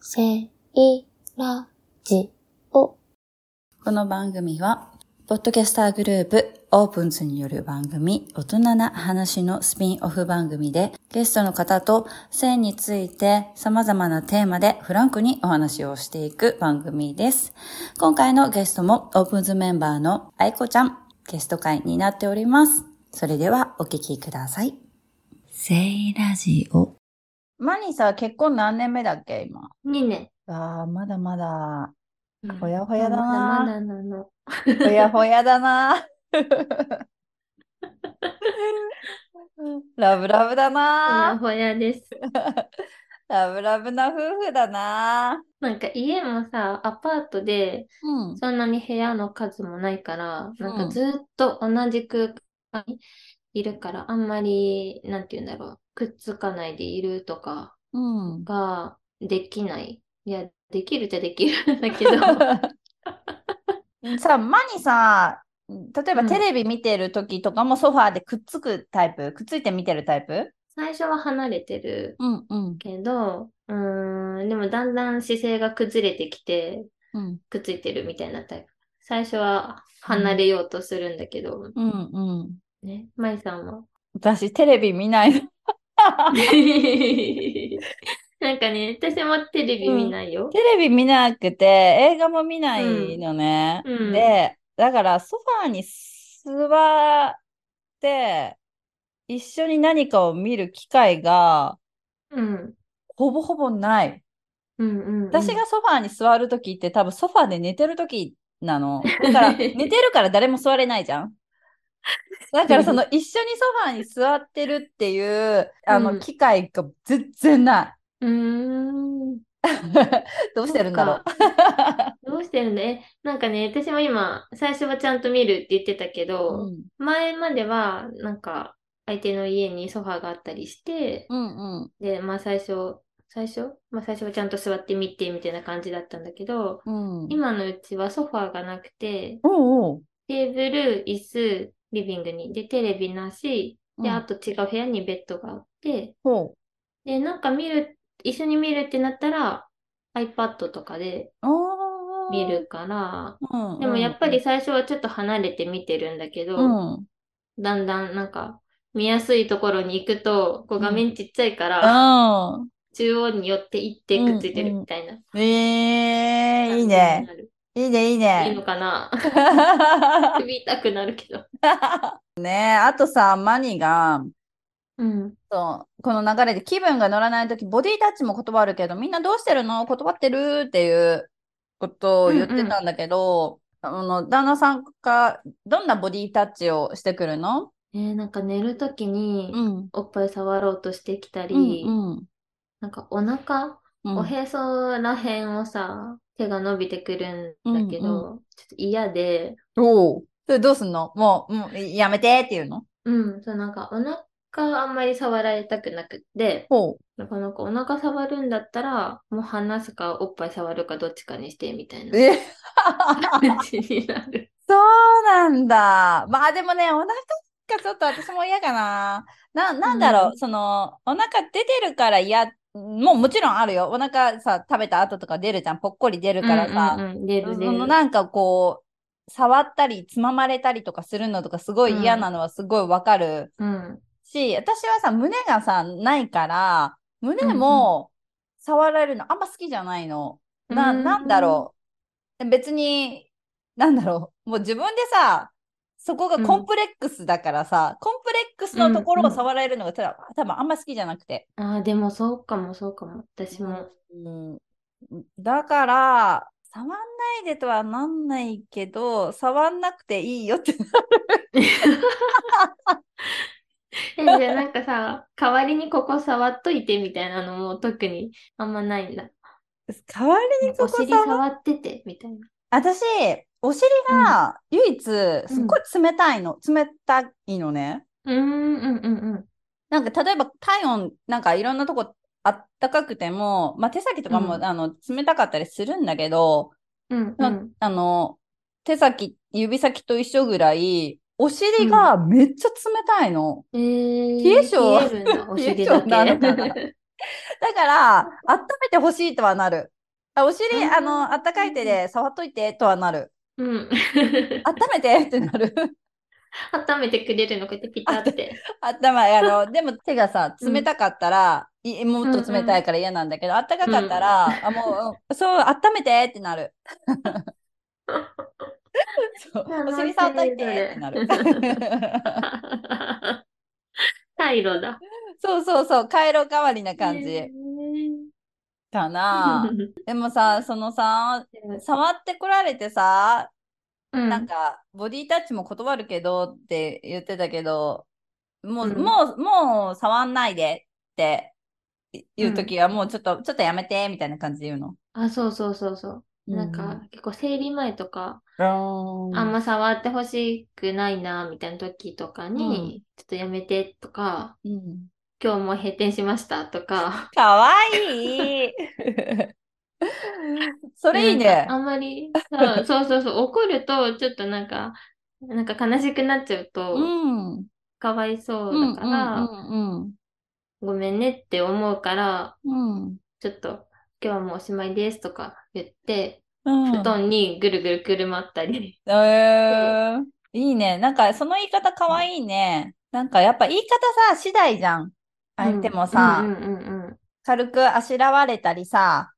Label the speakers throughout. Speaker 1: せいらじお。
Speaker 2: この番組は、ポッドキャスターグループ、オープンズによる番組、大人な話のスピンオフ番組で、ゲストの方と性について様々なテーマでフランクにお話をしていく番組です。今回のゲストも、オープンズメンバーの愛子ちゃん、ゲスト会になっております。それでは、お聞きください。
Speaker 3: セイラジオ。
Speaker 2: マニーさ、結婚何年目だっけ、今。
Speaker 1: 2年。
Speaker 2: ああ、まだまだ、ほ
Speaker 1: や
Speaker 2: やほやだ
Speaker 1: ま
Speaker 2: な。
Speaker 1: だまだなの。
Speaker 2: ほやほやだな。ラブラブだ
Speaker 1: ほや
Speaker 2: な。
Speaker 1: ほやです。
Speaker 2: ラブラブな夫婦だな。
Speaker 1: なんか家もさ、アパートで、
Speaker 2: うん。
Speaker 1: そんなに部屋の数もないから、なん
Speaker 2: う
Speaker 1: か
Speaker 2: ん
Speaker 1: ずっと同じ空間にいるから、あんまり、なんて言うんだろう、くっつかないでいるとか
Speaker 2: うん。
Speaker 1: ができない。いや、できるっちゃできるんだけど、
Speaker 2: さあ、マニさ、例え
Speaker 1: う
Speaker 2: ば
Speaker 1: ん
Speaker 2: テレビ見てる時とかもソファーでくっつくタイプ、くっついて見てるタイプ
Speaker 1: 最初は離れてる
Speaker 2: うんうん
Speaker 1: けど、うーん、でもだんだん姿勢が崩れてきて、
Speaker 2: うん
Speaker 1: くっついてるみたいなタイプ。最初は離れようとするんだけど、
Speaker 2: うんうん。
Speaker 1: ね、舞さん は。
Speaker 2: 私、テレビ見ないの。
Speaker 1: なんかね、私もテレビ見ないよ。
Speaker 2: テレビ見なくて、映画も見ないのね。
Speaker 1: うんうん
Speaker 2: で、だからソファーに座って、一緒に何かを見る機会が
Speaker 1: うん。
Speaker 2: ほぼほぼない。
Speaker 1: うんうんうん。
Speaker 2: 私がソファーに座るときって多分ソファーで寝てるとき なの。だから、寝てるから誰も座れないじゃん。だからその一緒にソファーに座ってるっていう、あ
Speaker 1: う
Speaker 2: の、
Speaker 1: ん
Speaker 2: 機会が全然ない。
Speaker 1: うーん。
Speaker 2: どうしてるんだろう。
Speaker 1: どうしてるのえ、なんかね、私も今、最初はちゃんと見るって言ってたけど、
Speaker 2: うん
Speaker 1: 前までは、なんか、相手の家にソファーがあったりして、
Speaker 2: うんうん
Speaker 1: で、まあ最初、最初まあ最初はちゃんと座って見てみたいな感じだったんだけど、
Speaker 2: うん。
Speaker 1: 今のうちはソファーがなくて、
Speaker 2: おうおう。
Speaker 1: テーブル、椅子、リビングに、で、テレビなし、で、
Speaker 2: うん
Speaker 1: あと違う部屋にベッドがあって、
Speaker 2: ほう。
Speaker 1: で、なんか見る、一緒に見るってなったら、iPad とかで
Speaker 2: ああ。
Speaker 1: 見るから、
Speaker 2: うん。
Speaker 1: でもやっぱり最初はちょっと離れて見てるんだけ
Speaker 2: う
Speaker 1: ど、
Speaker 2: ん。うん。
Speaker 1: だんだんなんか、見やすいところに行くと、こう画面ちっちゃいから、
Speaker 2: うん。
Speaker 1: 中央に寄って行ってくっついてるみたいな
Speaker 2: ええ、いいね。
Speaker 1: 感じに
Speaker 2: いいね、いい
Speaker 1: なる。いいの
Speaker 2: ね。
Speaker 1: かな首痛くなるけど。
Speaker 2: ねえ、あとさ、マニが、
Speaker 1: うん。
Speaker 2: そう、この流れで気分が乗らないとき、ボディタッチも断るけど、みんなどうしてるの断ってるっていうことを言ってたんだけど、あの、旦那さんがどんなボディタッチをしてくるの
Speaker 1: えーなんか寝るときに、
Speaker 2: ん。
Speaker 1: おっぱい触ろうとしてきた
Speaker 2: う
Speaker 1: り、
Speaker 2: ん。
Speaker 1: なんかお腹、
Speaker 2: うん。
Speaker 1: おへそらへんをさ、手が伸びてくるんだけど、ちょっと嫌で、
Speaker 2: おう。それどうすんのもう、もう、やめてっていうの
Speaker 1: うん、そうなんかお腹あんまり触られたくなくって、
Speaker 2: ほ
Speaker 1: なんかなんかお腹触るんだったら、もう離すかおっぱい触るかどっちかにしてみたいな
Speaker 2: え
Speaker 1: 感じになる。
Speaker 2: そうなんだ。まあでもね、お腹がちょっと私も嫌かな。な、なんだろ
Speaker 1: う
Speaker 2: う、
Speaker 1: ん
Speaker 2: その、お腹出てるから嫌、もうもちろんあるよ。お腹さ、食べた後とか出るじゃん。ぽっこり出るから
Speaker 1: うん
Speaker 2: さ、
Speaker 1: うんうん、出る
Speaker 2: そ
Speaker 1: 出
Speaker 2: の
Speaker 1: る。
Speaker 2: なんかこう、触ったり、つままれたりとかするのとかすごい嫌なのはすごいわかる。
Speaker 1: うん。
Speaker 2: し、私はさ、胸がさ、ないから、
Speaker 1: うんう
Speaker 2: 胸
Speaker 1: ん
Speaker 2: も触られるのあんま好きじゃないの。な、
Speaker 1: うん
Speaker 2: なんだろう。別に、なんだろう。もう自分でさ、そこがコンプレックスだからさ、コンプレックスのところを触られるのがただ、多分あんま好きじゃなくて。
Speaker 1: ああ、でもそうかもそうかも。私も。
Speaker 2: うんだから、触んないでとはなんないけど、触んなくていいよって。
Speaker 1: え、じゃあなんかさ、代わりにここ触っといてみたいなのも特にあんまないんだ。
Speaker 2: 代わりにこ
Speaker 1: お
Speaker 2: こ
Speaker 1: 尻
Speaker 2: 触
Speaker 1: 触っててみたいな。
Speaker 2: 私、お尻が唯一、すっごい冷たいの、冷たいのね。
Speaker 1: うーん、うん、うん、
Speaker 2: なんか、例えば体温、なんかいろんなとこあったかくても、まあ、手先とかも、
Speaker 1: うん
Speaker 2: あの、冷たかったりするんだけど、
Speaker 1: うん。うん、
Speaker 2: な
Speaker 1: うん。
Speaker 2: あの、手先、指先と一緒ぐらい、お尻がめっちゃ冷たいの。
Speaker 1: えー、
Speaker 2: 冷え 性
Speaker 1: 冷えるんだ、お
Speaker 2: 冷え
Speaker 1: 尻
Speaker 2: 性
Speaker 1: だ
Speaker 2: なの
Speaker 1: け。
Speaker 2: かなだから、温めてほしいとはなる。あお尻、
Speaker 1: あー
Speaker 2: あの、あったかい手で触っといてとはなる。
Speaker 1: うん。
Speaker 2: 温めてってなる。
Speaker 1: 温めてくれるの、こうやってピタって。
Speaker 2: 頭、あ の、でも手がさ、
Speaker 1: うん
Speaker 2: 冷たかったら、いもっと冷たいから嫌なんだけど、あったかかった ら、あ、もううん、そう、温めてってな る。そう、
Speaker 1: まあ
Speaker 2: お尻触っといてってな
Speaker 1: まあ
Speaker 2: る。
Speaker 1: タイロだ。
Speaker 2: そうそうそう、回路代わりな感
Speaker 1: へ
Speaker 2: じ
Speaker 1: ー
Speaker 2: かな。でもさ、そのさ、触ってこられてさ、
Speaker 1: うん
Speaker 2: なんか、ボディタッチも断るけどって言ってたけど、もう、
Speaker 1: うん
Speaker 2: もう、もう触んないでって言うときは、もうちょっと、ちょっとやめて、みたいな感じで言うの。
Speaker 1: あ、そうそうそうそう。なんか、結構生理前とか、
Speaker 2: うん、
Speaker 1: あんま触ってほしくないな、みたいな時とかに、ちょっとやめてとか、
Speaker 2: うん
Speaker 1: 今日もう閉店しましたとか、
Speaker 2: かわい いそれい
Speaker 1: な
Speaker 2: い
Speaker 1: ん
Speaker 2: ね
Speaker 1: か。あんまり、 そうそうそうそう、怒ると、ちょっとなんか、なんか悲しくなっちゃうと、
Speaker 2: うん。うん
Speaker 1: かわいそう
Speaker 2: うん
Speaker 1: だから、
Speaker 2: うん
Speaker 1: ごめんねって思うから、
Speaker 2: うんうん
Speaker 1: ちょっと、今日はもうおしまいですとか言って、
Speaker 2: うん
Speaker 1: 布団にぐるぐるくるまったり。
Speaker 2: えーいいね。なんか、その言い方かわいいね。なんか、やっぱ言い方さ、次第じゃん。相手もさ、
Speaker 1: うんうんうんうん
Speaker 2: 軽くあしらわれたりさ、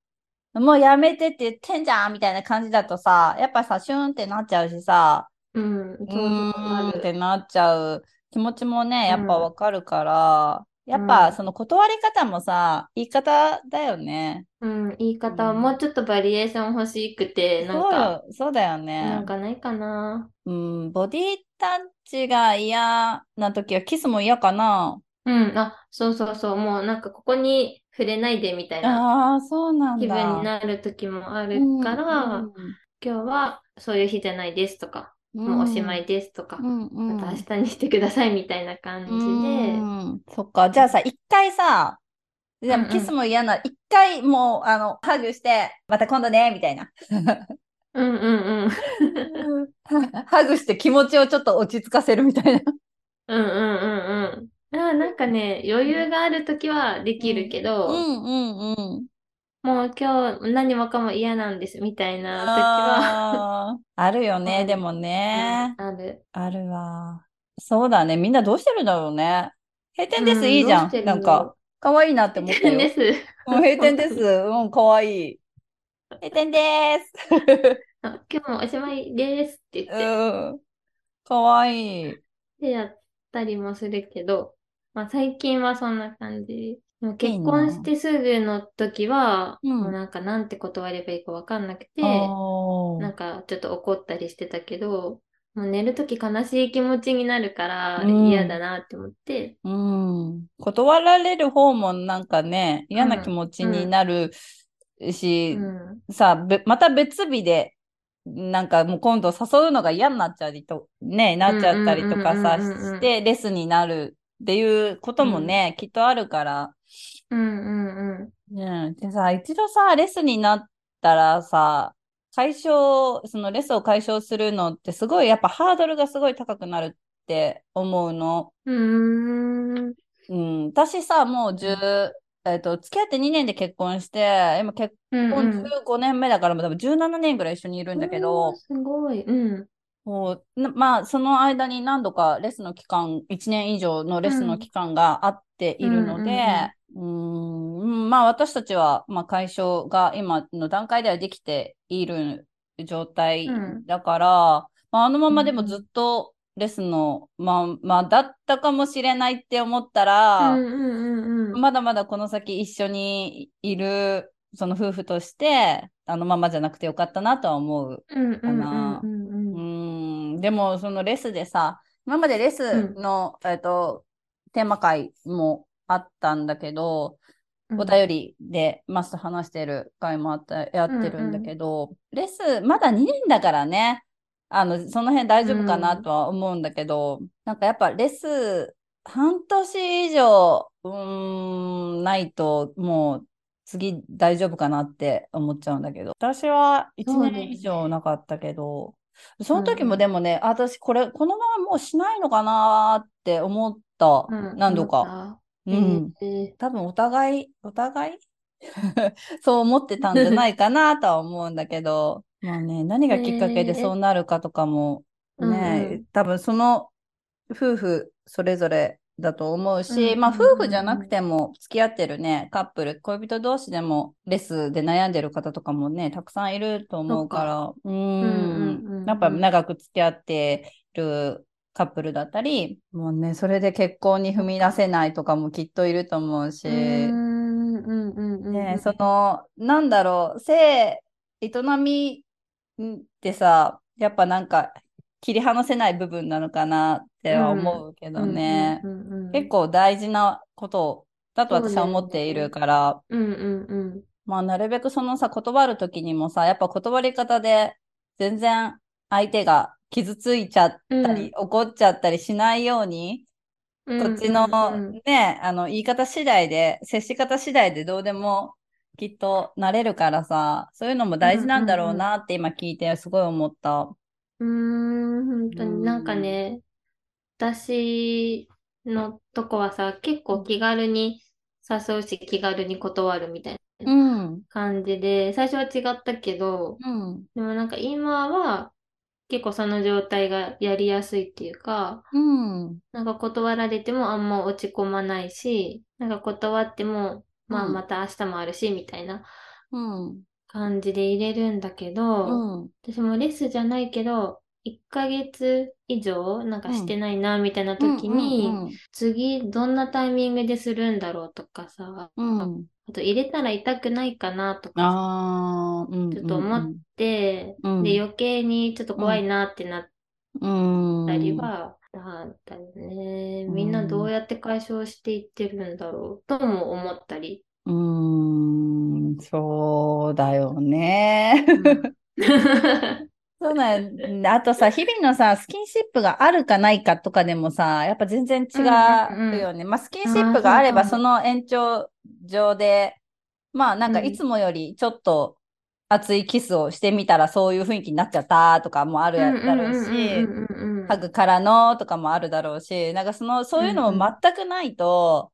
Speaker 2: もうやめてって言ってんじゃんみたいな感じだとさ、やっぱさ、シュンってなっちゃうしさ、
Speaker 1: うん。うん、
Speaker 2: う
Speaker 1: 気持ちも
Speaker 2: ーん
Speaker 1: な
Speaker 2: って
Speaker 1: る。
Speaker 2: なっちゃう気持ちもね、やっぱ
Speaker 1: うん
Speaker 2: わかるから、やっ
Speaker 1: う
Speaker 2: ぱ
Speaker 1: ん
Speaker 2: その断り方もさ、言い方だよね。
Speaker 1: うん、言い方はもうちょっとバリエーション欲しくて、なんか、
Speaker 2: そうよ、そうだ
Speaker 1: な
Speaker 2: よね
Speaker 1: ん。かないかな。
Speaker 2: うん、ボディタッチが嫌な時はキスも嫌かな。
Speaker 1: うん、あ、そうそうそう、もうなんかここに触れないでみたいな
Speaker 2: ああ、そうなん
Speaker 1: 気
Speaker 2: だ。
Speaker 1: 分になる時もあるから、
Speaker 2: うん
Speaker 1: 今日はそういう日じゃないですとか、
Speaker 2: うん
Speaker 1: もうおしまいですとか
Speaker 2: う、んうん
Speaker 1: また明日にしてくださいみたいな感じで、
Speaker 2: うん、そっか。じゃあさ、一回さ、でも
Speaker 1: うんうん
Speaker 2: キスも嫌なら、一回もう、あの、ハグして、また今度ね、みたいな。
Speaker 1: うんうんうん。
Speaker 2: ハグして気持ちをちょっと落ち着かせるみたいな。
Speaker 1: うんうんうんうん。あーなんかね、余裕があるときはできるけど、
Speaker 2: うんうん。
Speaker 1: もう今日何もかも嫌なんですみたいなときは、
Speaker 2: あーあるよね、でもね。
Speaker 1: うんある。
Speaker 2: あるわ。そうだね。みんなどうしてるんだろうね。閉店です、いいじゃん。なんか、可愛いなって思
Speaker 1: ど
Speaker 2: っ
Speaker 1: うしててん
Speaker 2: る
Speaker 1: の。
Speaker 2: よ。
Speaker 1: です。
Speaker 2: うん閉店です。うん、可愛い。閉店です。
Speaker 1: あ今日もおしまいですって言って、
Speaker 2: うん。かわいい。
Speaker 1: でやったりもするけど、まあ最近はそんな感じ。でも結
Speaker 2: いいな
Speaker 1: 婚してすぐの時は、
Speaker 2: うん
Speaker 1: もうなんかなんて断ればいいかわかんなくて、
Speaker 2: おー
Speaker 1: なんかちょっと怒ったりしてたけど、もう寝るとき悲しい気持ちになるから
Speaker 2: うん
Speaker 1: 嫌だなって思って、
Speaker 2: うん。断られる方もなんかね、嫌な気持ちになる
Speaker 1: う
Speaker 2: し、
Speaker 1: ん、
Speaker 2: さ、べまた別日で、なんかもう今度誘うのが嫌になっちゃりと、ね、なっちゃったりとかさ、
Speaker 1: うんうんうんうんうん
Speaker 2: して、レスになるっていうこともね、きっとあるから。
Speaker 1: うんうんうん。
Speaker 2: うん。でさ、一度さ、レスになったらさ、解消、そのレスを解消するのってすごい、やっぱハードルがすごい高くなるって思うの。
Speaker 1: うーん。
Speaker 2: うん、私さ、もう10、えっと、付き合って2年で結婚して、今結
Speaker 1: うんう
Speaker 2: 婚
Speaker 1: ん。
Speaker 2: 15年目だから、もう多分17年ぐらい一緒にいるんだけど、
Speaker 1: おーすごい。うん。
Speaker 2: もう、なまあ、その間に何度かレスの期間、1年以上のレスの期間があっているので、うーん、まあ、私たちは、まあ、解消が今の段階ではできている状態
Speaker 1: うん
Speaker 2: だから、まあ、あのままでも
Speaker 1: うんうん
Speaker 2: ずっとレスの、まあ、まあ、だったかもしれないって思ったら、
Speaker 1: うんうんうんうん。
Speaker 2: まだまだこの先一緒にいる、その夫婦として、あのままじゃなくてよかったなとは思う。
Speaker 1: うんうんうん
Speaker 2: な
Speaker 1: うんう
Speaker 2: う
Speaker 1: ん。
Speaker 2: ーん、でもそのレスでさ、今までレスの、えっと、テーマ会もあったんだけど、お便りでマスと話してる会もあった、やってるんだけど、レス、まだ2年だからね、あの、その辺大丈夫かなとは思うんだけど、なんかやっぱレス、半年以上、うーん、ないと、もう、次大丈夫かなって思っちゃうんだけど。私は
Speaker 1: そう
Speaker 2: 1
Speaker 1: だよね
Speaker 2: 年以上なかったけど、その時
Speaker 1: うんう
Speaker 2: も
Speaker 1: ん
Speaker 2: でもね、あ私これ、このままもうしないのかなって思った、
Speaker 1: うん
Speaker 2: 何度か。
Speaker 1: か。
Speaker 2: う
Speaker 1: え
Speaker 2: ん。
Speaker 1: ー
Speaker 2: 多分お互い、お互い そう思ってたんじゃないかなとは思うんだけど、 まあね、何がきっかけでそうなるかとかも、
Speaker 1: うんうん
Speaker 2: ね、多分その夫婦それぞれだと思うし、
Speaker 1: うん
Speaker 2: まあ夫婦じゃなくても付き合ってるね、カップル、恋人同士でもレスで悩んでる方とかもね、たくさんいると思うから、う
Speaker 1: うんうんうんん、
Speaker 2: やっぱ長く付き合ってるカップルだったり、もうね、それで結婚に踏み出せないとかもきっといると思うし、
Speaker 1: うーんうんうんうん
Speaker 2: ねえ、その、なんだろう、性、営みってさ、やっぱなんか切り離せない部分なのかなっては思うけどね。
Speaker 1: うんうんうん
Speaker 2: 結構大事なことだと私は思っているから、
Speaker 1: うんうん
Speaker 2: まあなるべくそのさ、断る時にもさ、やっぱ断り方で全然相手が傷ついちゃっ
Speaker 1: うん
Speaker 2: たり、怒っちゃったりしないように、
Speaker 1: うん
Speaker 2: こっちの
Speaker 1: うんうんうん
Speaker 2: ね、あの、言い方次第で、接し方次第でどうでもきっとなれるからさ、そういうのも大事なんだろうなって今聞いてすごい思った。
Speaker 1: うーん、本当
Speaker 2: うん
Speaker 1: になんかね、私のとこはさ、結構気軽に誘うし、気軽に断るみたいな
Speaker 2: うん。
Speaker 1: 感じで、最初は違ったけど、
Speaker 2: うん。
Speaker 1: でもなんか今は結構その状態がやりやすいっていうか、
Speaker 2: うん。
Speaker 1: なんか断られてもあんま落ち込まないし、なんか断っても、まあ
Speaker 2: うん
Speaker 1: また明日もあるし、みたいな
Speaker 2: うん。
Speaker 1: 感じで入れるんだけど、
Speaker 2: うん。
Speaker 1: 私もレッスンじゃないけど、1ヶ月以上なんかしてないなみたいな時に、次どんなタイミングでするんだろうとかさ、
Speaker 2: うん。う
Speaker 1: あ
Speaker 2: ん。
Speaker 1: と入れたら痛くないかなとかさ
Speaker 2: ああ、うん。
Speaker 1: ちょっと思っで、
Speaker 2: うん
Speaker 1: で余計にちょっと怖いなってなった
Speaker 2: うん。
Speaker 1: りは、なんだよね。みんなどうやって解消していってるんだろうとも思ったり。
Speaker 2: うん。うん。そうだよね。
Speaker 1: うん
Speaker 2: そうだよね。あとさ、日々のさ、スキンシップがあるかないかとかでもさ、やっぱ全然違うよね。まあ、スキンシップがあれば、
Speaker 1: あー
Speaker 2: そ
Speaker 1: そう
Speaker 2: の延長上で、まあ、なんか
Speaker 1: うん
Speaker 2: いつもよりちょっと熱いキスをしてみたら、そういう雰囲気になっちゃったとかもあるやだろうし、
Speaker 1: うんうんうんうんうんうん
Speaker 2: ハグからのとかもあるだろうし、なんかその、そういうの
Speaker 1: うんう
Speaker 2: も
Speaker 1: ん
Speaker 2: 全くないと、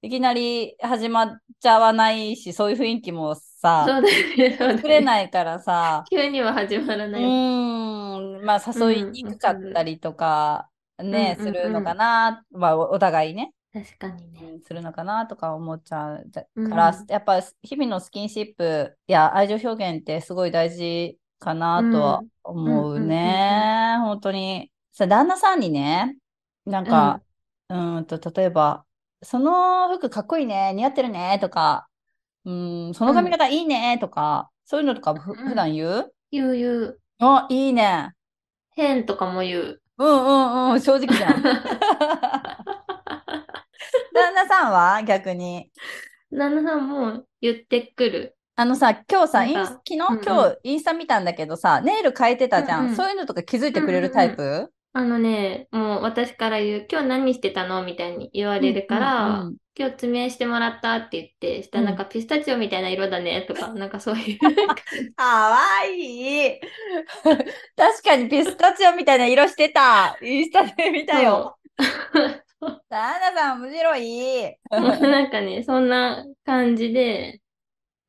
Speaker 2: いきなり始まっちゃわないし、そういう雰囲気もさ、
Speaker 1: そうだね、そうだね
Speaker 2: 作れないからさ、
Speaker 1: 急には始まら
Speaker 2: う
Speaker 1: ない。
Speaker 2: ーん、まあ誘いにくかったりとか、ね、
Speaker 1: うん
Speaker 2: するのかな、まあおお互いね、
Speaker 1: 確かにね。
Speaker 2: するのかなとか思っちゃうだ
Speaker 1: うん
Speaker 2: から、やっぱ日々のスキンシップや愛情表現ってすごい大事かなとは思うね。本当に。さ、旦那さんにね、なんか、うーんと、例えば、その服かっこいいね、似合ってるね、とか、うーん、その髪型いいね、とか、そういうのとか
Speaker 1: う
Speaker 2: ふ
Speaker 1: ん
Speaker 2: 普段言う
Speaker 1: 言う言う。
Speaker 2: あ、いいね。
Speaker 1: 変とかも言う。
Speaker 2: うんうんうん、正直じゃ ん。旦那さんは逆に。
Speaker 1: 旦那さんも言ってくる。
Speaker 2: あのさ、今日さ、
Speaker 1: なん
Speaker 2: イン
Speaker 1: か
Speaker 2: ス昨日、
Speaker 1: うんうん
Speaker 2: 今日、インスタ見たんだけどさ、ネイル変えてたじゃん。
Speaker 1: うんうん
Speaker 2: そういうのとか気づいてくれるタイプ
Speaker 1: あのね、もう私から言う、今日何してたのみたいに言われるから、
Speaker 2: うんうん
Speaker 1: 今日爪してもらったって言って、した
Speaker 2: うん
Speaker 1: らなんかピスタチオみたいな色だねとか、なんかそういう。
Speaker 2: かわいい。 確かにピスタチオみたいな色してた。インスタで見たよ。旦那さん面白い。
Speaker 1: そうもう なんかね、そんな感じで、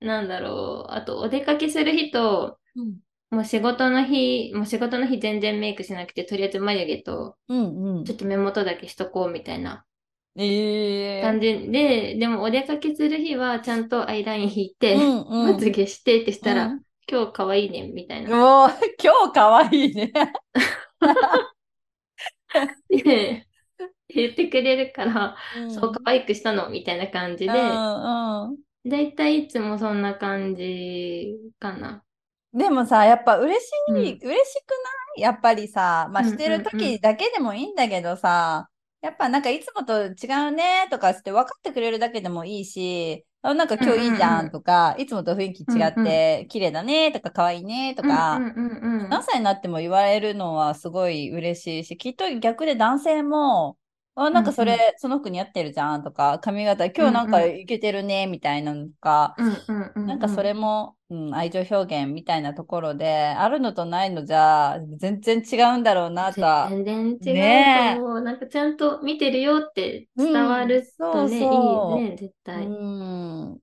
Speaker 1: なんだろう。あと、お出かけする日と、
Speaker 2: うん
Speaker 1: もう仕事の日、もう仕事の日全然メイクしなくて、とりあえず眉毛と、
Speaker 2: うんうん
Speaker 1: ちょ。っと目元だけしとこうみたいな
Speaker 2: ええ
Speaker 1: 感じで、でもお出かけする日はちゃんとアイライン引いうて、
Speaker 2: んうん。
Speaker 1: まつげしてってしたら、
Speaker 2: うん
Speaker 1: 今日可愛いね、みたいな。
Speaker 2: もう、今日かわいいね。
Speaker 1: で、 言ってくれるから、そう
Speaker 2: か。
Speaker 1: 可愛くしたの、みたいな感じ
Speaker 2: うん
Speaker 1: で、
Speaker 2: うん。
Speaker 1: だいたいいつもそんな感じかな。
Speaker 2: でもさ、やっぱ嬉しい、
Speaker 1: うん
Speaker 2: 嬉しくないやっぱりさ、まあ
Speaker 1: うん
Speaker 2: してる
Speaker 1: うんう
Speaker 2: 時だけでもいいんだけどさ、やっぱなんかいつもと違うねとかして分かってくれるだけでもいいし、あなんか今日いいじゃんとか、いつもと雰囲気違って綺麗だねとか可愛いねと
Speaker 1: う
Speaker 2: か、
Speaker 1: んうんうんうん。
Speaker 2: 何歳になっても言われるのはすごい嬉しいし、きっと逆で男性も、あなんかそ
Speaker 1: うん
Speaker 2: れ、その服似合ってるじゃんとか、髪型今日なんかいけてるねみたいなのとか、
Speaker 1: うんうんうんうん
Speaker 2: なんかそれも、うん、愛情表現みたいなところで、あるのとないのじゃ、全然違うんだろうなとは。
Speaker 1: 全然違うと
Speaker 2: ねえ
Speaker 1: 思う。なんかちゃんと見てるよって伝わるとね、
Speaker 2: うんそうそう
Speaker 1: いいね、絶
Speaker 2: う
Speaker 1: 対。
Speaker 2: ん。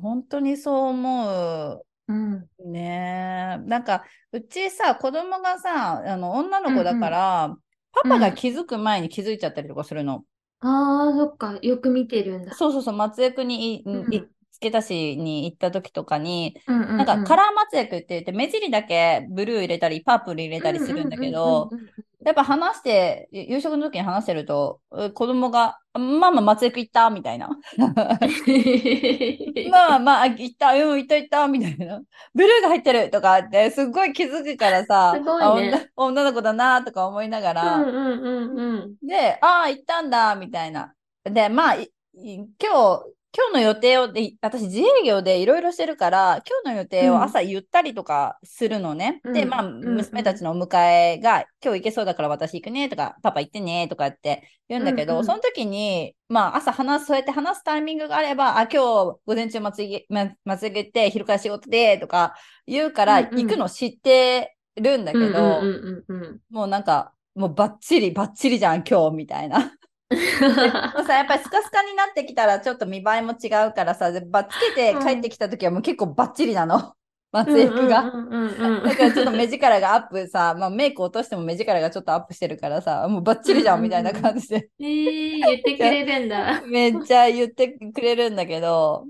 Speaker 2: 本当にそう思う。
Speaker 1: うん。
Speaker 2: ねえ。なんか、うちさ、子供がさ、あの、女の子だから、パパが気づく前に気づいちゃったりとかするの。
Speaker 1: ああ、そっか。よく見てるんだ。
Speaker 2: そうそうそう、松江区にい、
Speaker 1: うん
Speaker 2: い付け足しに行った時とかに、
Speaker 1: うんうん
Speaker 2: なん
Speaker 1: う
Speaker 2: か
Speaker 1: ん
Speaker 2: カラー松江区って言って、目尻だけブルー入れたり、パープル入れたりするんだけど、
Speaker 1: うんうんうんうん
Speaker 2: やっぱ話して、ゆ夕食の時に話してると、え子供が、ママ松江区行ったみたいな。 まあまあ、行った、うん、行った行った、みたいな。ブルーが入ってるとかって、すっごい気づくからさ、
Speaker 1: すご
Speaker 2: あ
Speaker 1: いね
Speaker 2: 女女の子だなとか思いながら、
Speaker 1: うんうんうんうん。
Speaker 2: で、ああ、行ったんだ、みたいな。で、まあ、いい今日、今日の予定を、で私自営業でいろいろしてるから、今日の予定
Speaker 1: うん
Speaker 2: を朝ゆったりとかするのね。
Speaker 1: うん
Speaker 2: で、まあ、
Speaker 1: うんうん
Speaker 2: 娘たちのお迎えが、今日行けそうだから私行くねとか、パパ行ってねとかって言うんだけど、
Speaker 1: うんうん
Speaker 2: その時に、まあ、朝話す、そうやって話すタイミングがあれば、あ、今日午前中松井、ま、松井行って、昼から仕事でとか言うから、
Speaker 1: うんうん
Speaker 2: 行くの知ってるんだけど、
Speaker 1: うんうんうんうん
Speaker 2: もうなんか、もうバッチリ、バッチリじゃん、今日、みたい な。もうさ、やっぱりスカスカになってきたら、ちょっと見栄えも違うから さ、でバッつけて
Speaker 1: うん
Speaker 2: 帰ってきた時はもう結構バッチリな の。松江服が。
Speaker 1: うんう んうんうん
Speaker 2: だからちょっと目力がアップさ、まあメイク落としても目力がちょっとアップしてるからさ、もうバッチリじゃんみたいな感じで、
Speaker 1: えー、言ってくれるんだ。
Speaker 2: めっちゃ言ってくれるんだけど、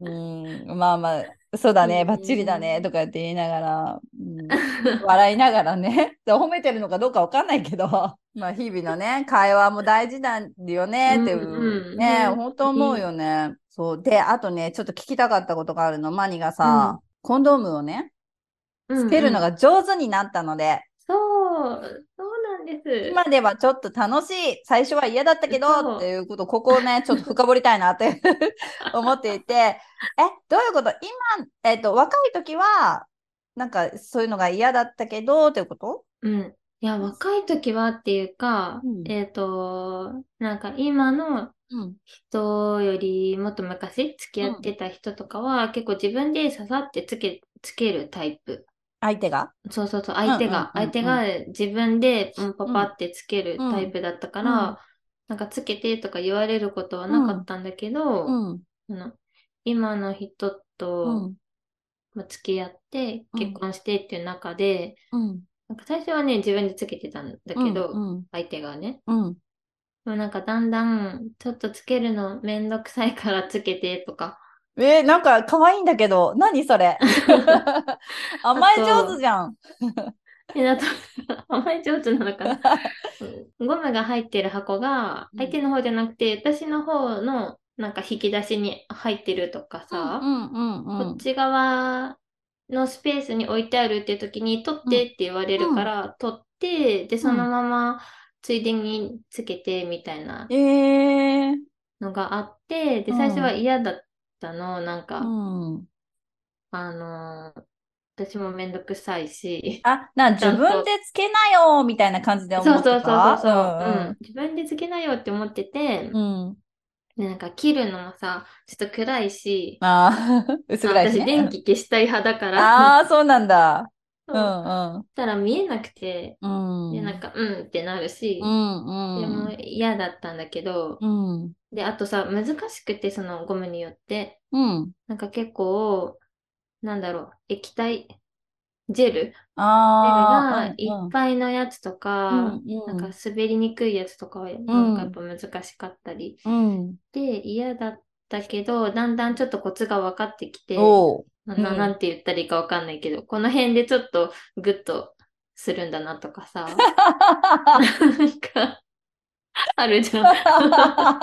Speaker 2: うん、まあまあ、そうだね、バッチリだね、とかって言いながら、うん、 笑いながらね、で褒めてるのかどうかわかんないけど、まあ日々のね、会話も大事なんだよねっていう、
Speaker 1: うんうん
Speaker 2: ね、
Speaker 1: うん
Speaker 2: 本当思うよね。そう。で、あとね、ちょっと聞きたかったことがあるの。マニがさ、コンドームをね、 つけるの
Speaker 1: が。
Speaker 2: が上手になったので、
Speaker 1: そう、そうなんです。
Speaker 2: 今ではちょっと楽しい、最初は嫌だったけ
Speaker 1: そう
Speaker 2: ど、っていうこと、ここを ね、ちょっと深掘りたいなって 思っていて、え、どういうこと今、えっと、若い時は、なんかそういうのが嫌だったけど、っていうこと
Speaker 1: うん。いや、若い時はっていうか、
Speaker 2: うん
Speaker 1: えっと、なんか今の
Speaker 2: うん。
Speaker 1: 人よりもっと昔付き合ってた人とかは、結構自分で刺さってつけ、つけるタイプ。
Speaker 2: 相手が
Speaker 1: そうそうそう、相手が、
Speaker 2: うんうんうんう
Speaker 1: 相
Speaker 2: ん
Speaker 1: 手が自分でもうパパってつけるタイプだったから、
Speaker 2: うんうん
Speaker 1: なんかつけてとか言われることはなかったんだけど、
Speaker 2: うん。
Speaker 1: あの今の人と、まあ付き合って
Speaker 2: うん
Speaker 1: 結婚してっていう中で、
Speaker 2: うん。
Speaker 1: なんか最初はね、自分でつけてたんだけど、
Speaker 2: うん。
Speaker 1: 相手がね。
Speaker 2: うん。
Speaker 1: でもなんかだんだん、ちょっとつけるのめんどくさいからつけてとか。
Speaker 2: えーなんか可愛いんだけど、何そ れ甘え上手じゃん。
Speaker 1: え、なと、甘え上手なのか な。ゴムが入ってる箱が
Speaker 2: うん
Speaker 1: 相手の方じゃなくて私の方のなんか引き出しに入ってるとかさ、
Speaker 2: んうんう
Speaker 1: こっち側のスペースに置いてあるっていう時に取ってって言われるから取ってでそのままついでにつけてみたいな
Speaker 2: えー。
Speaker 1: のがあってで
Speaker 2: うん
Speaker 1: 最初は嫌だったのなん
Speaker 2: う
Speaker 1: か、
Speaker 2: ん。
Speaker 1: あのー私もめんどくさいし。
Speaker 2: あ、なん
Speaker 1: ちゃ
Speaker 2: 自
Speaker 1: んと
Speaker 2: 分でつけなよみたいな感じで思
Speaker 1: そう
Speaker 2: って
Speaker 1: そうそうそう
Speaker 2: た
Speaker 1: そう、うん、自分でつけなよって思ってて、
Speaker 2: うんうん。うん。
Speaker 1: でなんか切るのもさ、ちょっと暗いし、
Speaker 2: あー 薄暗いし
Speaker 1: 私電
Speaker 2: ね。
Speaker 1: 気消したい派だから、
Speaker 2: ああ、そうなんだ。
Speaker 1: そううんしたら見えなくて、
Speaker 2: うん。
Speaker 1: で、なんか、うんってなるしで
Speaker 2: う、ん
Speaker 1: も
Speaker 2: うん。
Speaker 1: 嫌だったんだけど、
Speaker 2: うん。
Speaker 1: で、あとさ、難しくて、そのゴムによって、
Speaker 2: うん。
Speaker 1: なんか結構、なんだろう、液体、ジェル、ジェル
Speaker 2: ああ
Speaker 1: が。いっぱいのやつとか、
Speaker 2: うん
Speaker 1: なんか滑りにくいやつとかは、なんかやっぱ難しかったり
Speaker 2: うん。
Speaker 1: で、嫌だったけど、だんだんちょっとコツが分かってきて、
Speaker 2: おう。
Speaker 1: な
Speaker 2: うん
Speaker 1: ななんて言ったらいいかわかんないけど、この辺でちょっとグッとするんだなとか さ、なんか、ある じゃん。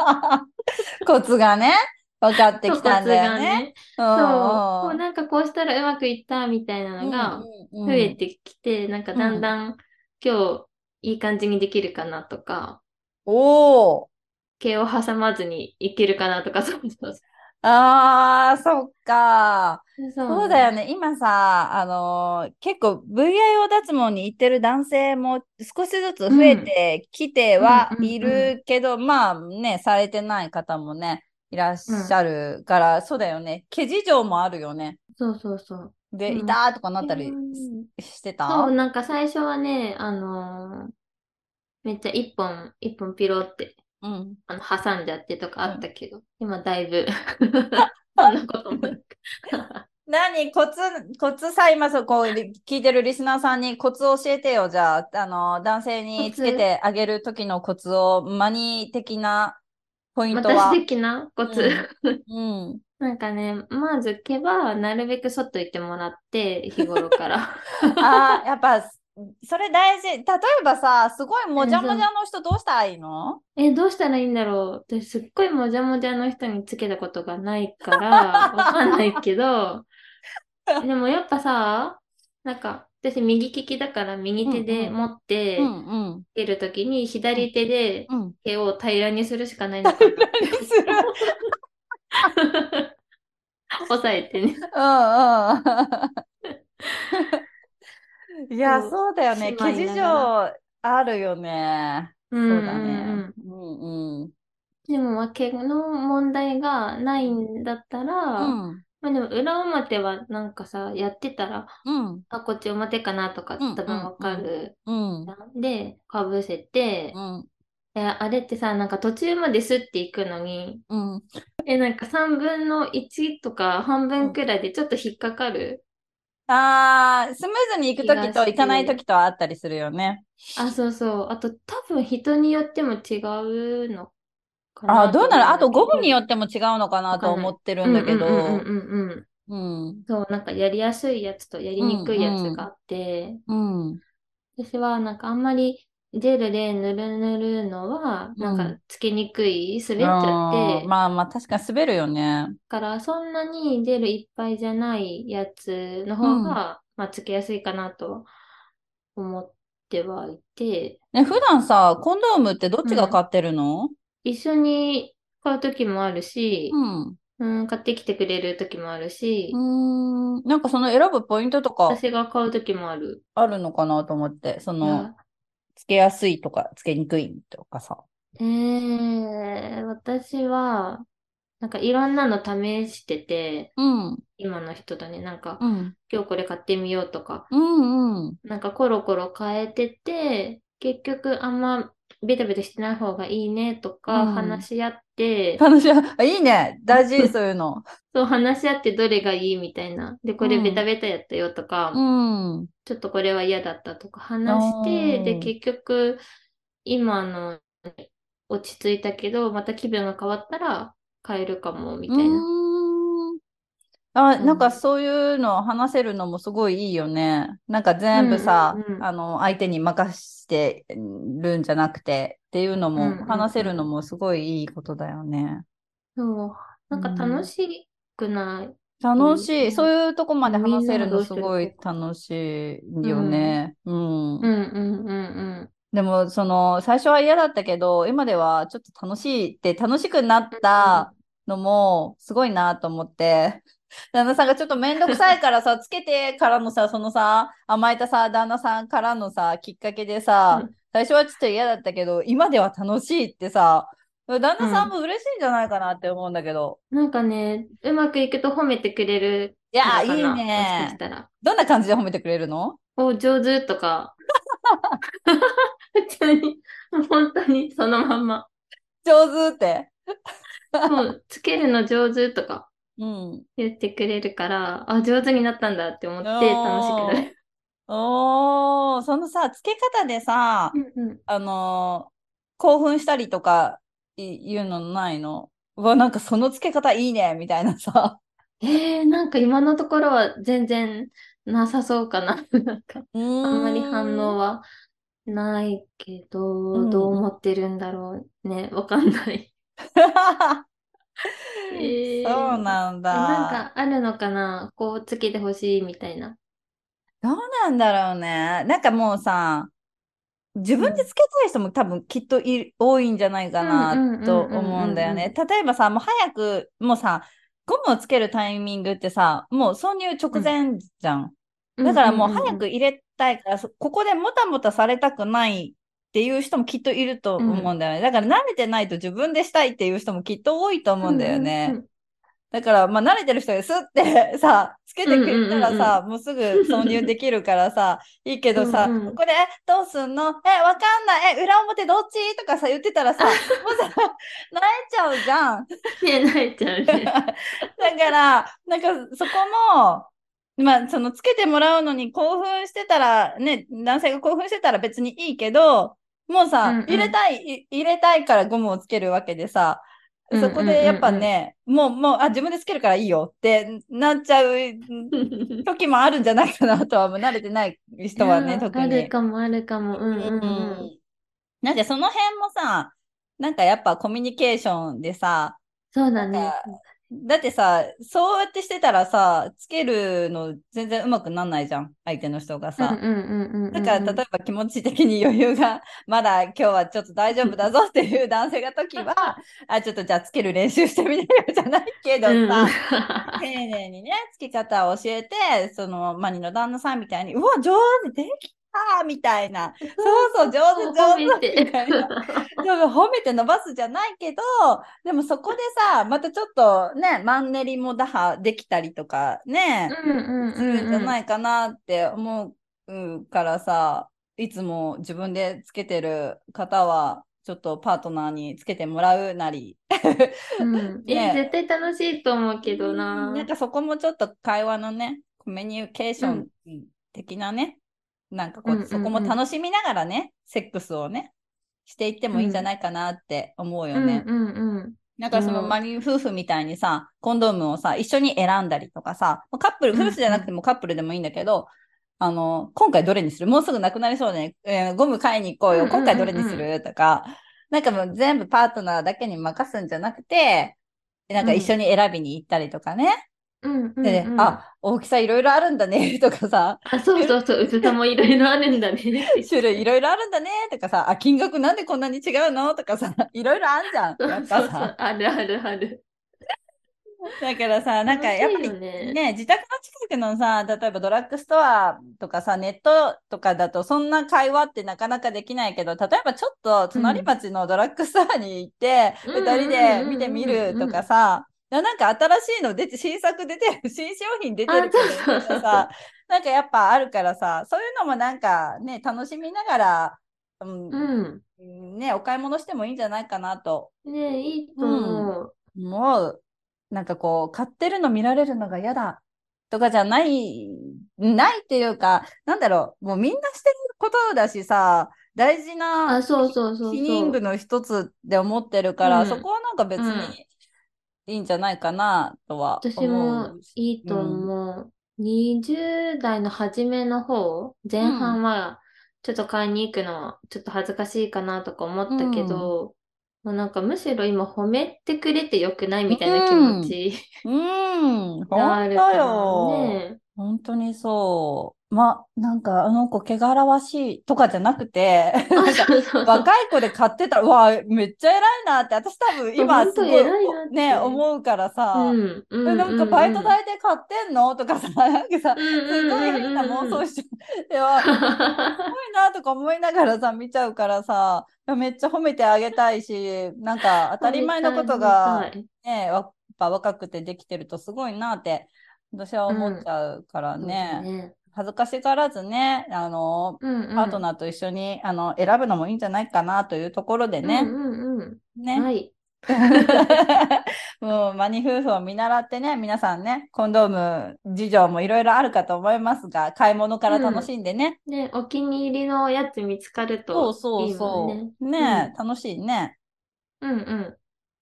Speaker 2: コツがね、分かってきたんだよ
Speaker 1: コツが
Speaker 2: ね。
Speaker 1: ね。
Speaker 2: そ
Speaker 1: そう。こうなんかこうしたらうまくいったみたいなのが増えてきて、なんかだんだん今日いい感じにできるかなとか、
Speaker 2: おお。
Speaker 1: 毛を挟まずにいけるかなとか、そうそうそ
Speaker 2: ああ、そっか。
Speaker 1: う。そう
Speaker 2: そうだよね。今さ、あのー結構 VIO 脱毛に行ってる男性も少しずつ増えてきてはいるけど、まあね、されてない方もね、いらっしゃるから、そうだよね。毛事情もあるよね。
Speaker 1: そうそうそう。
Speaker 2: で、
Speaker 1: うん
Speaker 2: いたーとかなったり
Speaker 1: うん
Speaker 2: してた
Speaker 1: そう、なんか最初はね、あのーめっちゃ一本、一本ピロって
Speaker 2: うん。
Speaker 1: あの挟んじゃってとかあったけど、今だいぶそんなこともなく。
Speaker 2: 何コツ、コツさ、今そこ、り聞いてるリスナーさんにコツ教えてよ、じゃあ、あの、男性に
Speaker 1: コ
Speaker 2: つ
Speaker 1: ツ
Speaker 2: けてあげる時のコツを、マニー的なポイントは
Speaker 1: 私。的なコツ。
Speaker 2: うん。
Speaker 1: なんかね、まず毛はなるべく剃っといてもらって、日頃から。
Speaker 2: ああ、やっぱ、それ大事。例えばさ、すごいもじゃもじゃの人どうしたらいいの
Speaker 1: え、どうしたらいいんだろう私すっごいもじゃもじゃの人につけたことがない から、わかんないけど、でもやっぱさ、なんか、私右利きだから右手
Speaker 2: うん
Speaker 1: で
Speaker 2: うん
Speaker 1: 持って
Speaker 2: うんうん。
Speaker 1: つけるときに左手で
Speaker 2: うん。
Speaker 1: 毛を平らにするしかないのかな。
Speaker 2: する。
Speaker 1: 押さえて ね。
Speaker 2: うんうん。いや、
Speaker 1: そう
Speaker 2: そうだよね。
Speaker 1: 姉
Speaker 2: 記
Speaker 1: 妹
Speaker 2: 事
Speaker 1: なが
Speaker 2: 上あるよね。
Speaker 1: うん
Speaker 2: そう
Speaker 1: う
Speaker 2: だ
Speaker 1: んう
Speaker 2: ね
Speaker 1: ん。。
Speaker 2: うんうん。
Speaker 1: でも、毛の問題がないんだったら、
Speaker 2: うん。
Speaker 1: まあでも裏表はなんかさ、やってたら、
Speaker 2: うん。
Speaker 1: あ、こっち表かなとか
Speaker 2: うん
Speaker 1: 多分わかる
Speaker 2: うん。
Speaker 1: じゃん。で、かぶせて、
Speaker 2: うん。
Speaker 1: え、あれってさ、なんか途中まですっていくのに、
Speaker 2: うん。
Speaker 1: え、なんか3分の1とか半分くらいでちょっと引っかかる。
Speaker 2: ああ、スムーズに行くとき
Speaker 1: 気が
Speaker 2: と
Speaker 1: して
Speaker 2: 行かないときとあったりするよね。
Speaker 1: あ、そうそう。あと多分人によっても違うのか
Speaker 2: あ
Speaker 1: な
Speaker 2: あ、どうなるあと
Speaker 1: と
Speaker 2: 午
Speaker 1: 思
Speaker 2: 後
Speaker 1: うんだけど
Speaker 2: によっても違うのかなと思ってるんだけど。
Speaker 1: うんうんうんうんうん。
Speaker 2: うん。
Speaker 1: そう、なんかやりやすいやつとやりにくいやつがあって、
Speaker 2: うん。
Speaker 1: 私はなんかあんまりジェルでぬるぬるのはなん
Speaker 2: う
Speaker 1: かつけにくい、滑っちゃって、
Speaker 2: うんまあまあ、確かに滑るよね。
Speaker 1: だからそんなにジェルいっぱいじゃないやつの
Speaker 2: う
Speaker 1: 方
Speaker 2: ん
Speaker 1: が、まあつけやすいかなとは思ってはいて、
Speaker 2: ね、普段さ、コンドームってどっちが買ってるの
Speaker 1: 一緒に買う時もあるし、
Speaker 2: うん。
Speaker 1: うん、買ってきてくれる時もあるし、
Speaker 2: うーん、なんかその選ぶポイントとか
Speaker 1: 私が買う時もある。
Speaker 2: あるのかなと思って、そ
Speaker 1: いや
Speaker 2: の、つけやすいとか、つけにくいとかさ。
Speaker 1: えー、私は、なんかいろんなの試してて、
Speaker 2: うん、
Speaker 1: 今の人とね、なんか、
Speaker 2: うん、
Speaker 1: 今日これ買ってみようとか、
Speaker 2: うん、うん。
Speaker 1: なんかコロコロ変えてて、結局あんまベタベタしてない方がいいねとか
Speaker 2: うん
Speaker 1: 話し合って、
Speaker 2: 話は、あいいね。大事、そういうの。
Speaker 1: そう話し合ってどれがいいみたいな。で、これ
Speaker 2: うん
Speaker 1: ベタベタやったよとか、
Speaker 2: うん、
Speaker 1: ちょっとこれは嫌だったとか話して、
Speaker 2: あー
Speaker 1: で、結局今の落ち着いたけど、また気分が変わったら変えるかもみたいな。
Speaker 2: うーん。あ、
Speaker 1: うん
Speaker 2: なんかそういうの話せるのもすごいいいよね。なんか全部さ
Speaker 1: うんうんう、ん
Speaker 2: あの、相手に任してるんじゃなくてっていうの
Speaker 1: うんうん
Speaker 2: も
Speaker 1: うん
Speaker 2: 話せるのもすごいいいことだよね。
Speaker 1: そう。なんか楽しくない。
Speaker 2: 楽し
Speaker 1: う
Speaker 2: い。
Speaker 1: ん
Speaker 2: そういうとこまで話せる
Speaker 1: みんながど
Speaker 2: の
Speaker 1: う
Speaker 2: す
Speaker 1: してる
Speaker 2: ごい楽しいよね。うん。
Speaker 1: うんうんうん
Speaker 2: でも、その、最初は嫌だったけど、今ではちょっと楽しいって、楽しくなったのも、すごいなと思って、 旦那さんがちょっとめんどくさいからさ、つけてからのさ、そのさ、甘えたさ、旦那さんからのさ、きっかけでさ
Speaker 1: う、
Speaker 2: 最初はちょっと嫌だったけど、今では楽しいってさ、旦那さんも嬉しいんじゃないかなって思うんだけど。
Speaker 1: うん。なんかね、うまくいくと褒めてくれる
Speaker 2: いや、い
Speaker 1: のか
Speaker 2: い
Speaker 1: なもしかし
Speaker 2: ね。
Speaker 1: たら。
Speaker 2: どんな感じで褒めてくれるの
Speaker 1: お、上手とか。 普通に、本当にそのまんま。
Speaker 2: 上手って。
Speaker 1: もう、つけるの上手とか
Speaker 2: うん。
Speaker 1: 言ってくれるから、あ、上手になったんだって思って楽しくなる。
Speaker 2: おー、そのさ、つけ方でさ、
Speaker 1: うんうん
Speaker 2: あのー興奮したりとかいいうのないのうわ、なんかそのつけ方いいね、みたいなさ。
Speaker 1: えー、なんか今のところは全然なさそうかな。 なんか、
Speaker 2: あ
Speaker 1: あ
Speaker 2: ん
Speaker 1: んまり反応はないけ
Speaker 2: う
Speaker 1: ど、
Speaker 2: ん
Speaker 1: どう思ってるんだろうね。わかん ない。えー
Speaker 2: そうなんだ。
Speaker 1: なんかあるのかなこうつけてほしいみたいな。
Speaker 2: どうなんだろうね。なんかもうさ、自分でつけたい人も多分きっといる多いんじゃないか
Speaker 1: うんうんうんうんうん
Speaker 2: な
Speaker 1: うん
Speaker 2: と思うんだよね。例えばさ、もう早く、もうさ、ゴムをつけるタイミングってさ、もう挿入直前じゃん。だからもう早く入れたいから、そここでもたもたされたくないっていう人もきっとい ると思うんだよね。だから慣れてないと自分でしたいっていう人もきっと多いと思うんだよね。だから、まあ、慣れてる人がスッて さ、つけてくれたらさ、もうすぐ挿入できるからさ、いいけどさ、
Speaker 1: うんうん
Speaker 2: これ、どうすんのえ、わかんない。え、裏表どっちとかさ、言ってたら さ、もうさ、慣れちゃうじゃん。
Speaker 1: ね、泣いちゃうね。
Speaker 2: だから、なんかそこも、まあ、そのつけてもらうのに興奮してたら、ね、男性が興奮してたら別にいいけど、もうさ、
Speaker 1: うんうん
Speaker 2: 入れたいい、入れたいからゴムをつけるわけでさ、そこでやっぱね、もう、もう、あ、自分でつけるからいいよってなっちゃう時もあるんじゃないかなとは、もう慣れてない人はね、
Speaker 1: いや
Speaker 2: 特
Speaker 1: あ
Speaker 2: に
Speaker 1: る。かもあるかも。うんうんうん。
Speaker 2: なんでその辺もさ、なんかやっぱコミュニケーションでさ、
Speaker 1: そうだね。
Speaker 2: だってさ、そうやってしてたらさ、つけるの全然うまくなんないじゃん、相手の人が
Speaker 1: うんうん
Speaker 2: さ。
Speaker 1: うんうん。
Speaker 2: だから、例えば気持ち的に余裕が、 まだ今日はちょっと大丈夫だぞっていう男性が 時は、あ、ちょっとじゃあつける練習してみなよじゃないけど
Speaker 1: うん
Speaker 2: さ、丁寧にね、つき方を教えて、その、マニの旦那さんみたいに、うわ、上手できたみたいな、そうそう、上手、上
Speaker 1: 褒め
Speaker 2: 手
Speaker 1: て
Speaker 2: みたいな。 でも褒めて伸ばすじゃないけど、でもそこでさ、またちょっとね、マンネリも打破できたりとかね、
Speaker 1: うんうん
Speaker 2: す
Speaker 1: うん
Speaker 2: るんじゃな
Speaker 1: うん。
Speaker 2: いかなって思うからさ、いつも自分でつけてる方は、ちょっとパートナーにつけてもらうなり。
Speaker 1: うんえ
Speaker 2: ね
Speaker 1: 絶対楽しいと思うけどな。
Speaker 2: なんかそこもちょっと会話のね、コミュニケーション的なね、なんかこ
Speaker 1: うんうん
Speaker 2: う、
Speaker 1: うん
Speaker 2: そこも楽しみながらね、セックスをね、していってもいいんじゃないかなって思うよ
Speaker 1: う
Speaker 2: ね。
Speaker 1: んうんうん。
Speaker 2: なんかその
Speaker 1: うん
Speaker 2: マリン夫婦みたいにさ、コンドームをさ、一緒に選んだりとかさ、カップル、
Speaker 1: うんうん
Speaker 2: 夫婦じゃなくてもカップルでもいいんだけど、あの、今回どれにするもうすぐなくなりそうね、えーゴム買いに行こう
Speaker 1: う
Speaker 2: よ。
Speaker 1: んうんうんう
Speaker 2: 今
Speaker 1: ん
Speaker 2: 回どれにするとか、なんかもう全部パートナーだけに任すんじゃなくて、なんか一緒に選びに行ったりとかね。
Speaker 1: うんうん
Speaker 2: で
Speaker 1: う、ん。
Speaker 2: あ、大きさいろいろあるんだね、とかさ、
Speaker 1: あ、そうそうそう、うつさもいろいろあるんだね。
Speaker 2: 種類いろいろあるんだね、とかさ、あ、金額なんでこんなに違うのとかさ、 いろいろあんじゃん。
Speaker 1: そ
Speaker 2: や
Speaker 1: う
Speaker 2: っ
Speaker 1: そ
Speaker 2: ぱ
Speaker 1: うそう
Speaker 2: さ。、
Speaker 1: あるあるある。
Speaker 2: だからさ、なんかやっぱり
Speaker 1: 楽しいよね
Speaker 2: ね、自宅の近くのさ、例えばドラッグストアとかさ、ネットとかだと、そんな会話ってなかなかできないけど、例えばちょっと隣町のドラッグストアに行って、
Speaker 1: うん
Speaker 2: 二人で見てみるとかさ、ななんか新しいの出て、新作出てる、新商品出てる
Speaker 1: あ
Speaker 2: と
Speaker 1: そうそうそう
Speaker 2: かさ、なんかやっぱあるからさ、そういうのもなんかね、楽しみながら、うん
Speaker 1: うん。
Speaker 2: ね、お買い物してもいいんじゃないかなと
Speaker 1: ねえ、いいと思う。
Speaker 2: もう、なんかこう、買ってるの見られるのが嫌だとかじゃない、ないっていうか、なんだろう、もうみんなしてることだしさ、大事な
Speaker 1: あ、そうそうそう
Speaker 2: ヒ
Speaker 1: そ
Speaker 2: ニン
Speaker 1: う。
Speaker 2: グの一つで思ってるから、
Speaker 1: うん
Speaker 2: そこはなんか別にいいんじゃないかなとは
Speaker 1: 私
Speaker 2: 思
Speaker 1: も
Speaker 2: うし。
Speaker 1: いいと思う。20代の初めの方、前半はちょっと買いに行くのちょっと恥ずかしいかなとか思ったけど、もうなんかむしろ今褒めてくれてよくないみたいな気持ち
Speaker 2: うん、
Speaker 1: があ
Speaker 2: 本
Speaker 1: るか
Speaker 2: 当
Speaker 1: ら
Speaker 2: よ。
Speaker 1: ね。
Speaker 2: 本当にそう。ま、なんかあの子汚らわしいとかじゃなくて、なん
Speaker 1: あ、そ
Speaker 2: か
Speaker 1: うそうそう。
Speaker 2: 若い子で買ってたら、わあ、めっちゃ偉いなって、私多分今
Speaker 1: 本
Speaker 2: す
Speaker 1: 当
Speaker 2: ごい
Speaker 1: 偉いなって
Speaker 2: ね、思うからさ、
Speaker 1: うん、う
Speaker 2: え
Speaker 1: ん、
Speaker 2: なんかバイト代で買ってんのとかさ、 なんかさ、
Speaker 1: うんうん
Speaker 2: すごい変な 妄想しちゃう。いや、すごいなとか思いながらさ、見ちゃうからさ、いやめっちゃ褒めてあげたいし、なんか当たり前のこと
Speaker 1: は
Speaker 2: が
Speaker 1: い
Speaker 2: ね、やっぱ若くてできてるとすごいなって、私は思っちゃうから
Speaker 1: そう
Speaker 2: ね、
Speaker 1: だね。
Speaker 2: 恥ずかしがらずね、あの、
Speaker 1: うんうん。
Speaker 2: パートナーと一緒に、あの選ぶのもいいんじゃないかなというところで
Speaker 1: う
Speaker 2: ね。
Speaker 1: んうんうん。
Speaker 2: ね。
Speaker 1: はい。
Speaker 2: もうマニ夫婦を見習ってね、皆さんね、コンドーム事情もいろいろあるかと思いますが、買い物から楽しんでね。
Speaker 1: ね、お気に入りのやつ見つかると
Speaker 2: そうそ
Speaker 1: い
Speaker 2: うそ
Speaker 1: いもんね。
Speaker 2: う。ね、楽しいね。
Speaker 1: うんうん。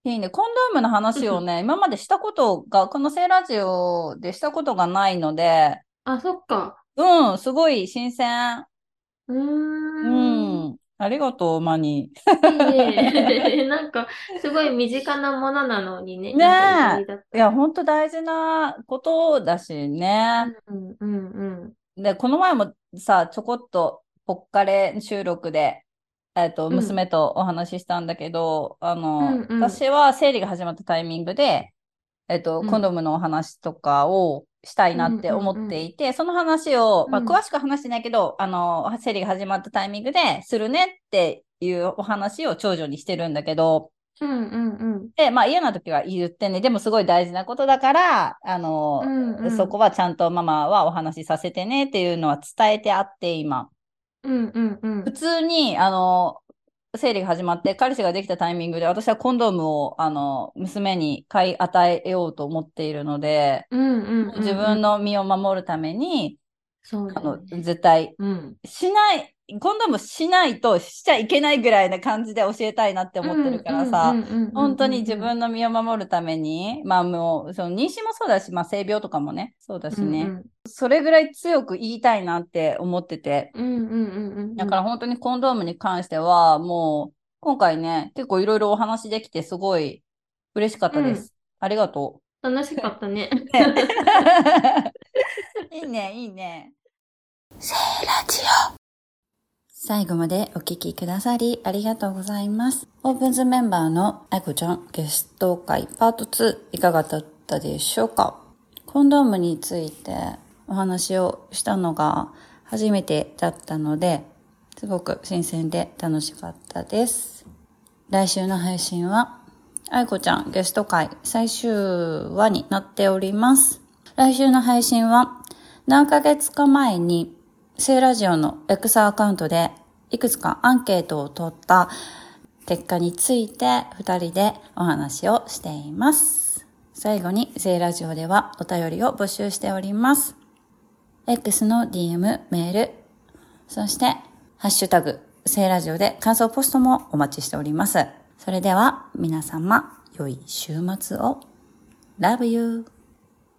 Speaker 2: いいね。コンドームの話 をね、今までしたことが、このセーラジオでしたことがないので、
Speaker 1: あ、そっか。
Speaker 2: うん、すごい新鮮。
Speaker 1: うー。
Speaker 2: うんん。ありがとう、マ
Speaker 1: い
Speaker 2: ニ。
Speaker 1: いね。 なんか、すごい身近なものなのにね。
Speaker 2: ねえ
Speaker 1: なんか意外だっ
Speaker 2: いや、ほんと大事なことだしね。
Speaker 1: た。うんうんうん。
Speaker 2: で、この前もさ、ちょこっとポッカレ収録で、えっと、
Speaker 1: うん
Speaker 2: 娘とお話ししたんだけど、あの、
Speaker 1: うんうん
Speaker 2: 私は生理が始まったタイミングで、えっと、
Speaker 1: うん
Speaker 2: コンドームのお話とかをしたいなって思っていて、その話を、まあ、
Speaker 1: うん
Speaker 2: 詳しく話してないけど、あの、生理が始まったタイミングでするねっていうお話を長女にしてるんだけど、
Speaker 1: うんうん
Speaker 2: で、まあ嫌な時は言ってね、でもすごい大事なことだから、あの
Speaker 1: う、ん。うんうん。
Speaker 2: そこはちゃんとママはお話しさせてねっていうのは伝えてあって、今。
Speaker 1: うんうんうん
Speaker 2: 普。通に、あの、生理が始まって、彼氏ができたタイミングで、私はコンドームを、あの、娘に買い与えようと思っているので、
Speaker 1: うんうんうんうん。
Speaker 2: 自分の身を守るために、
Speaker 1: そう
Speaker 2: あ
Speaker 1: だよ
Speaker 2: の、
Speaker 1: ね。
Speaker 2: 絶対、
Speaker 1: うん。
Speaker 2: しない、コンドームしないとしちゃいけないぐらいな感じで教えたいなって思ってるからさ、
Speaker 1: うんうんうんうんうんうん
Speaker 2: 本当に自分の身を守るために、まあもう、その妊娠もそうだし、まあ性病とかもね、そうだしね、それぐらい強く言いたいなって思ってて、
Speaker 1: うんうんうんうんうん。
Speaker 2: だから本当にコンドームに関しては、もう、今回ね、結構いろいろお話できて、すごい嬉しかったです。ありがと
Speaker 1: 楽しかったね。
Speaker 2: う。 いいね、いいね。
Speaker 3: 最後までお聞きくださりありがとうございます。オープンズメンバーのあいこちゃんゲスト会パート2いかがだったでしょうかコンドームについてお話をしたのが初めてだったので、すごく新鮮で楽しかったです。来週の配信は、あいこちゃんゲスト会最終話になっております。来週の配信は、何ヶ月か前に、聖ラジオの X アカウントで、いくつかアンケートを取った結果について、二人でお話をしています。最後に、聖ラジオではお便りを募集しております。X の DM、メール、そして、ハッシュタグ、聖ラジオで感想ポストもお待ちしております。それでは、皆様、良い週末を。Love you!